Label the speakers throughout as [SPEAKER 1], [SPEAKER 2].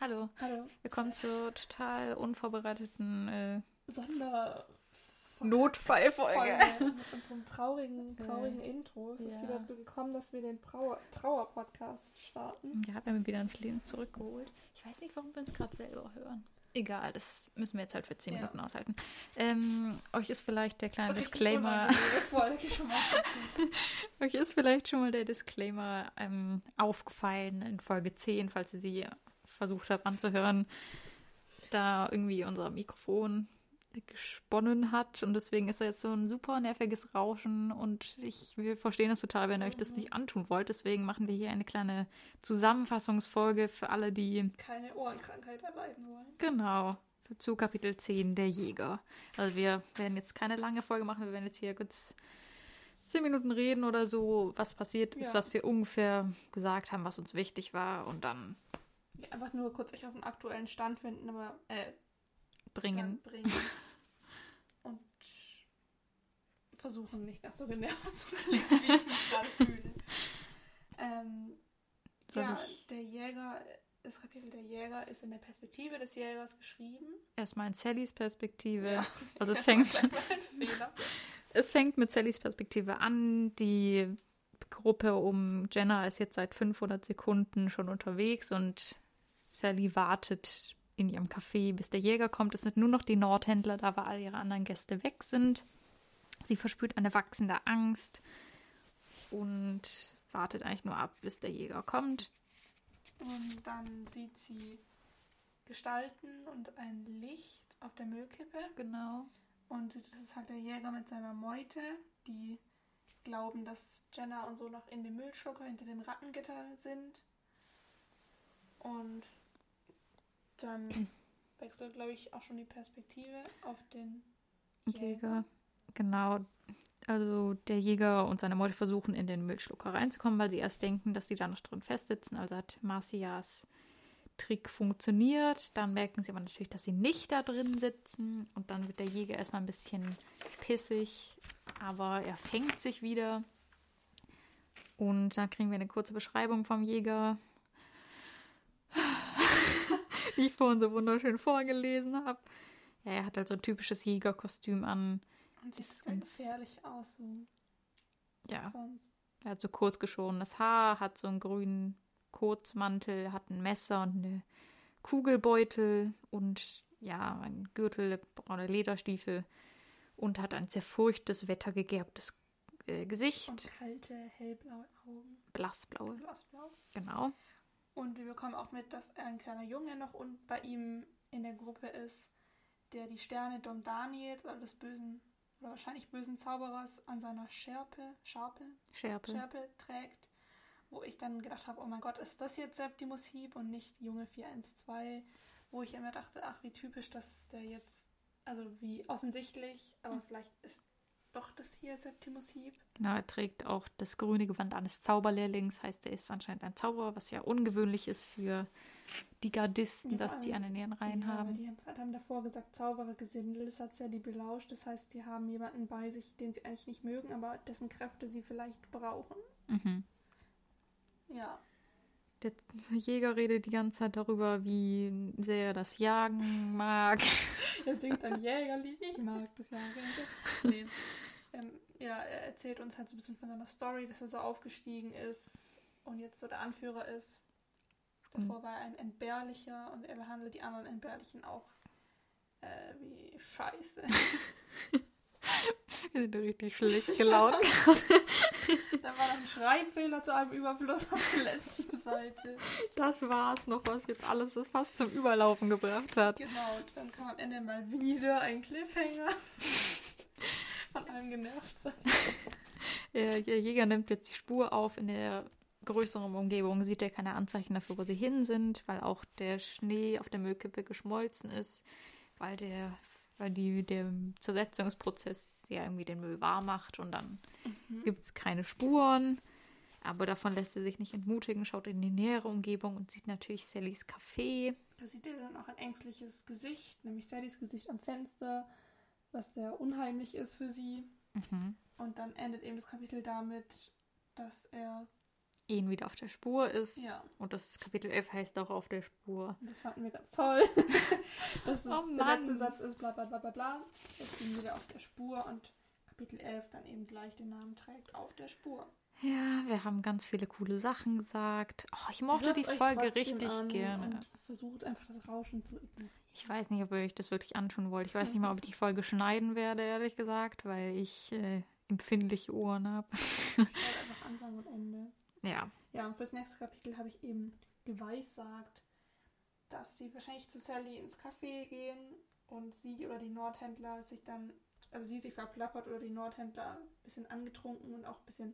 [SPEAKER 1] Hallo,
[SPEAKER 2] Hallo.
[SPEAKER 1] willkommen zur total unvorbereiteten äh,
[SPEAKER 2] Sonderfolge
[SPEAKER 1] Notfallfolge.
[SPEAKER 2] mit unserem traurigen, traurigen Intro. Es ist
[SPEAKER 1] Ja.
[SPEAKER 2] wieder dazu gekommen, dass wir den Trauer- Trauer-Podcast starten.
[SPEAKER 1] Ja, wir haben ihn wieder ins Leben zurückgeholt. Ich weiß nicht, warum wir uns gerade selber hören. Egal, das müssen wir jetzt halt für 10
[SPEAKER 2] Ja.
[SPEAKER 1] Minuten aushalten. Ähm, euch ist vielleicht der kleine
[SPEAKER 2] Richtig
[SPEAKER 1] Disclaimer.
[SPEAKER 2] unangenehme Folge schon mal.
[SPEAKER 1] Euch ist vielleicht schon mal der Disclaimer ähm, aufgefallen in Folge 10, falls ihr sie versucht habt anzuhören, da irgendwie unser Mikrofon gesponnen hat und deswegen ist da jetzt so ein super nerviges Rauschen und ich wir verstehen das total, wenn ihr euch das nicht antun wollt. Deswegen machen wir hier eine kleine Zusammenfassungsfolge für alle, die
[SPEAKER 2] Keine Ohrenkrankheit erleiden wollen.
[SPEAKER 1] genau zu Kapitel 10 der Jäger. Also wir werden jetzt keine lange Folge machen, wir werden jetzt hier kurz zehn Minuten reden oder so, was passiert ist,
[SPEAKER 2] Ja.
[SPEAKER 1] was wir ungefähr gesagt haben, was uns wichtig war und dann
[SPEAKER 2] Ja, einfach nur kurz euch auf den aktuellen Stand finden, aber äh,
[SPEAKER 1] bringen.
[SPEAKER 2] Stand bringen. Und versuchen, nicht ganz so genervt zu klingen, wie ich mich gerade fühle. Ähm,
[SPEAKER 1] Soll
[SPEAKER 2] ja,
[SPEAKER 1] ich
[SPEAKER 2] der Jäger, das Kapitel der Jäger ist in der Perspektive des Jägers geschrieben.
[SPEAKER 1] erstmal in Sallys Perspektive.
[SPEAKER 2] Ja.
[SPEAKER 1] Also es
[SPEAKER 2] Das
[SPEAKER 1] fängt,
[SPEAKER 2] war einfach ein Fehler.
[SPEAKER 1] es fängt mit Sallys Perspektive an. Die Gruppe um Jenna ist jetzt seit 500 Sekunden schon unterwegs und Sally wartet in ihrem Café, bis der Jäger kommt. Es sind nur noch die Nordhändler da, weil all ihre anderen Gäste weg sind. Sie verspürt eine wachsende Angst und wartet eigentlich nur ab, bis der Jäger kommt.
[SPEAKER 2] Und dann sieht sie Gestalten und ein Licht auf der Müllkippe.
[SPEAKER 1] Genau.
[SPEAKER 2] Und das ist halt der Jäger mit seiner Meute, die glauben, dass Jenna und so noch in dem Müllschucker hinter dem Rattengitter sind. Und dann wechselt, glaube ich, auch schon die Perspektive auf den
[SPEAKER 1] Jäger. Genau. Also der Jäger und seine Meute versuchen in den Müllschlucker reinzukommen, weil sie erst denken, dass sie da noch drin festsitzen. Also hat Marcias Trick funktioniert. Dann merken sie aber natürlich, dass sie nicht da drin sitzen. Und dann wird der Jäger erstmal ein bisschen pissig. Aber er fängt sich wieder. Und dann kriegen wir eine kurze Beschreibung vom Jäger, die ich vorhin so wunderschön vorgelesen habe. Ja, er hat halt so ein typisches Jägerkostüm an.
[SPEAKER 2] Und sieht
[SPEAKER 1] Ist
[SPEAKER 2] ganz
[SPEAKER 1] ganz-
[SPEAKER 2] gefährlich aus, so
[SPEAKER 1] Ja,
[SPEAKER 2] sonst.
[SPEAKER 1] Er hat so kurz geschorenes Haar, hat so einen grünen Kurzmantel, hat ein Messer und eine Kugelbeutel und ja, einen Gürtel, braune Lederstiefel und hat ein zerfurchtes, wettergegerbtes äh,
[SPEAKER 2] Und
[SPEAKER 1] Gesicht.
[SPEAKER 2] kalte, hellblaue Augen.
[SPEAKER 1] Blassblaue,
[SPEAKER 2] Glasblau.
[SPEAKER 1] genau.
[SPEAKER 2] Und wir bekommen auch mit, dass ein kleiner Junge noch und bei ihm in der Gruppe ist, der die Sterne Dom Daniels, also des bösen, oder wahrscheinlich bösen Zauberers, an seiner Schärpe, Scharpe,
[SPEAKER 1] Schärpe.
[SPEAKER 2] Schärpe trägt. Wo ich dann gedacht habe, oh mein Gott, ist das jetzt Septimus Hieb und nicht Junge 412? Wo ich immer dachte, ach, wie typisch, dass der jetzt, also wie offensichtlich, aber vielleicht ist doch das hier Septimus Hieb.
[SPEAKER 1] Genau, er trägt auch das grüne Gewand eines Zauberlehrlings, heißt, er ist anscheinend ein Zauberer, was ja ungewöhnlich ist für die Gardisten,
[SPEAKER 2] Ja,
[SPEAKER 1] dass die
[SPEAKER 2] ähm,
[SPEAKER 1] einen näheren Reihen
[SPEAKER 2] ja, aber
[SPEAKER 1] haben.
[SPEAKER 2] Die haben, haben davor gesagt, Zauberergesindel, das hat ja die belauscht. Das heißt, die haben jemanden bei sich, den sie eigentlich nicht mögen, aber dessen Kräfte sie vielleicht brauchen.
[SPEAKER 1] Mhm.
[SPEAKER 2] Ja.
[SPEAKER 1] Der Jäger redet die ganze Zeit darüber, wie sehr er das Jagen mag.
[SPEAKER 2] Er singt ein Jägerlied, ich mag das Jägerlied. Nee. Ähm, ja, er erzählt uns halt so ein bisschen von seiner Story, dass er so aufgestiegen ist und jetzt so der Anführer ist. Davor war er ein Entbehrlicher und er behandelt die anderen Entbehrlichen auch äh, wie Scheiße.
[SPEAKER 1] Wir sind richtig schlecht gelaunt.
[SPEAKER 2] da war dann ein Schreibfehler zu einem Überfluss auf der letzten Seite.
[SPEAKER 1] Das war's noch, was jetzt alles so fast zum Überlaufen gebracht hat.
[SPEAKER 2] Genau, dann kam am Ende mal wieder ein Cliffhanger. Von allem genervt sein.
[SPEAKER 1] Der der Jäger nimmt jetzt die Spur auf. In der größeren Umgebung sieht er keine Anzeichen dafür, wo sie hin sind, weil auch der Schnee auf der Müllkippe geschmolzen ist, weil der, weil die, der Zersetzungsprozess ja irgendwie den Müll wahr macht und dann gibt es keine Spuren. Aber davon lässt er sich nicht entmutigen, schaut in die nähere Umgebung und sieht natürlich Sallys Café.
[SPEAKER 2] Da sieht er dann auch ein ängstliches Gesicht, nämlich Sallys Gesicht am Fenster. was sehr unheimlich ist für sie.
[SPEAKER 1] Mhm.
[SPEAKER 2] Und dann endet eben das Kapitel damit, dass er.
[SPEAKER 1] Ihn wieder auf der Spur ist.
[SPEAKER 2] Ja,
[SPEAKER 1] Und das Kapitel 11 heißt auch auf der Spur.
[SPEAKER 2] und das fanden wir ganz toll. das ist,
[SPEAKER 1] Oh
[SPEAKER 2] Der
[SPEAKER 1] Mann.
[SPEAKER 2] letzte Satz ist bla bla bla bla bla. Ist ihm wieder auf der Spur und Kapitel 11 dann eben gleich den Namen trägt auf der Spur.
[SPEAKER 1] Ja, wir haben ganz viele coole Sachen gesagt. Oh, ich mochte die
[SPEAKER 2] Hört's euch
[SPEAKER 1] Folge
[SPEAKER 2] trotzdem
[SPEAKER 1] richtig
[SPEAKER 2] an
[SPEAKER 1] gerne.
[SPEAKER 2] Und versucht einfach das Rauschen zu ignorieren.
[SPEAKER 1] Ich weiß nicht, ob ihr euch das wirklich anschauen wollt. Ich weiß nicht mal, ob ich die Folge schneiden werde, ehrlich gesagt, weil ich äh, empfindliche Ohren habe.
[SPEAKER 2] Schaut Halt einfach Anfang und Ende.
[SPEAKER 1] ja,
[SPEAKER 2] Ja, und fürs nächste Kapitel habe ich eben geweissagt, dass sie wahrscheinlich zu Sally ins Café gehen und sie oder die Nordhändler sich dann, also sie sich verplappert oder die Nordhändler ein bisschen angetrunken und auch ein bisschen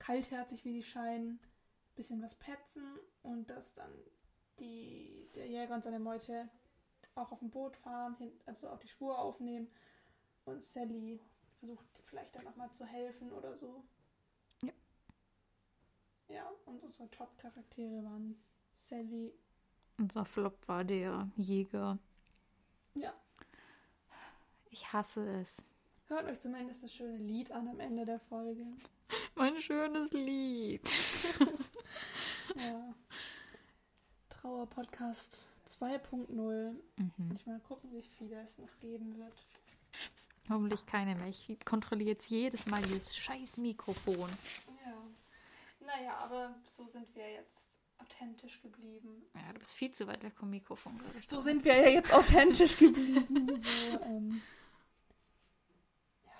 [SPEAKER 2] kaltherzig, wie sie scheinen, ein bisschen was petzen und dass dann die, der Jäger und seine Meute auch auf dem Boot fahren, hin, also auch die Spur aufnehmen und Sally versucht vielleicht dann nochmal zu helfen oder so. Ja, und unsere Top-Charaktere waren Sally.
[SPEAKER 1] unser Flop war der Jäger.
[SPEAKER 2] Ja.
[SPEAKER 1] Ich hasse es.
[SPEAKER 2] Hört euch zumindest das schöne Lied an am Ende der Folge.
[SPEAKER 1] Mein schönes Lied.
[SPEAKER 2] Ja. Trauer-Podcast 2.0.
[SPEAKER 1] Mhm.
[SPEAKER 2] Ich mal gucken, wie viele es noch geben wird.
[SPEAKER 1] Hoffentlich keine mehr. Ich kontrolliere jetzt jedes Mal dieses scheiß Mikrofon.
[SPEAKER 2] Ja. Naja, aber so sind wir jetzt authentisch geblieben.
[SPEAKER 1] Ja, du bist viel zu weit weg vom Mikrofon, glaube ich.
[SPEAKER 2] So sind wir ja jetzt authentisch geblieben. So, ähm, ja.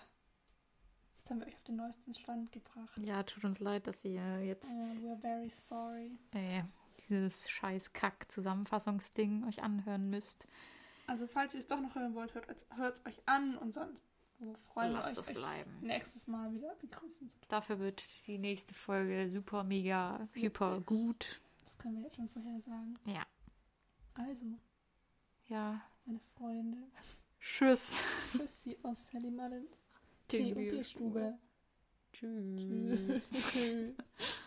[SPEAKER 2] Jetzt haben wir euch auf den neuesten Stand gebracht.
[SPEAKER 1] Ja, tut uns leid, dass ihr jetzt
[SPEAKER 2] Uh, we're very sorry.
[SPEAKER 1] äh, dieses scheiß Kack-Zusammenfassungsding euch anhören müsst.
[SPEAKER 2] Also falls ihr es doch noch hören wollt, hört es euch an und sonst freuen
[SPEAKER 1] Lasst
[SPEAKER 2] wir
[SPEAKER 1] es
[SPEAKER 2] euch, euch
[SPEAKER 1] bleiben.
[SPEAKER 2] nächstes Mal wieder begrüßen zu dürfen.
[SPEAKER 1] Dafür wird die nächste Folge super, mega, hyper
[SPEAKER 2] Witzig.
[SPEAKER 1] gut.
[SPEAKER 2] Das können wir jetzt schon vorher sagen.
[SPEAKER 1] Ja.
[SPEAKER 2] Also,
[SPEAKER 1] Ja.
[SPEAKER 2] meine Freunde,
[SPEAKER 1] Tschüss.
[SPEAKER 2] Tschüssi aus Sally Mullins. Tee und Bierstube.
[SPEAKER 1] Tschüss.
[SPEAKER 2] Tschüss.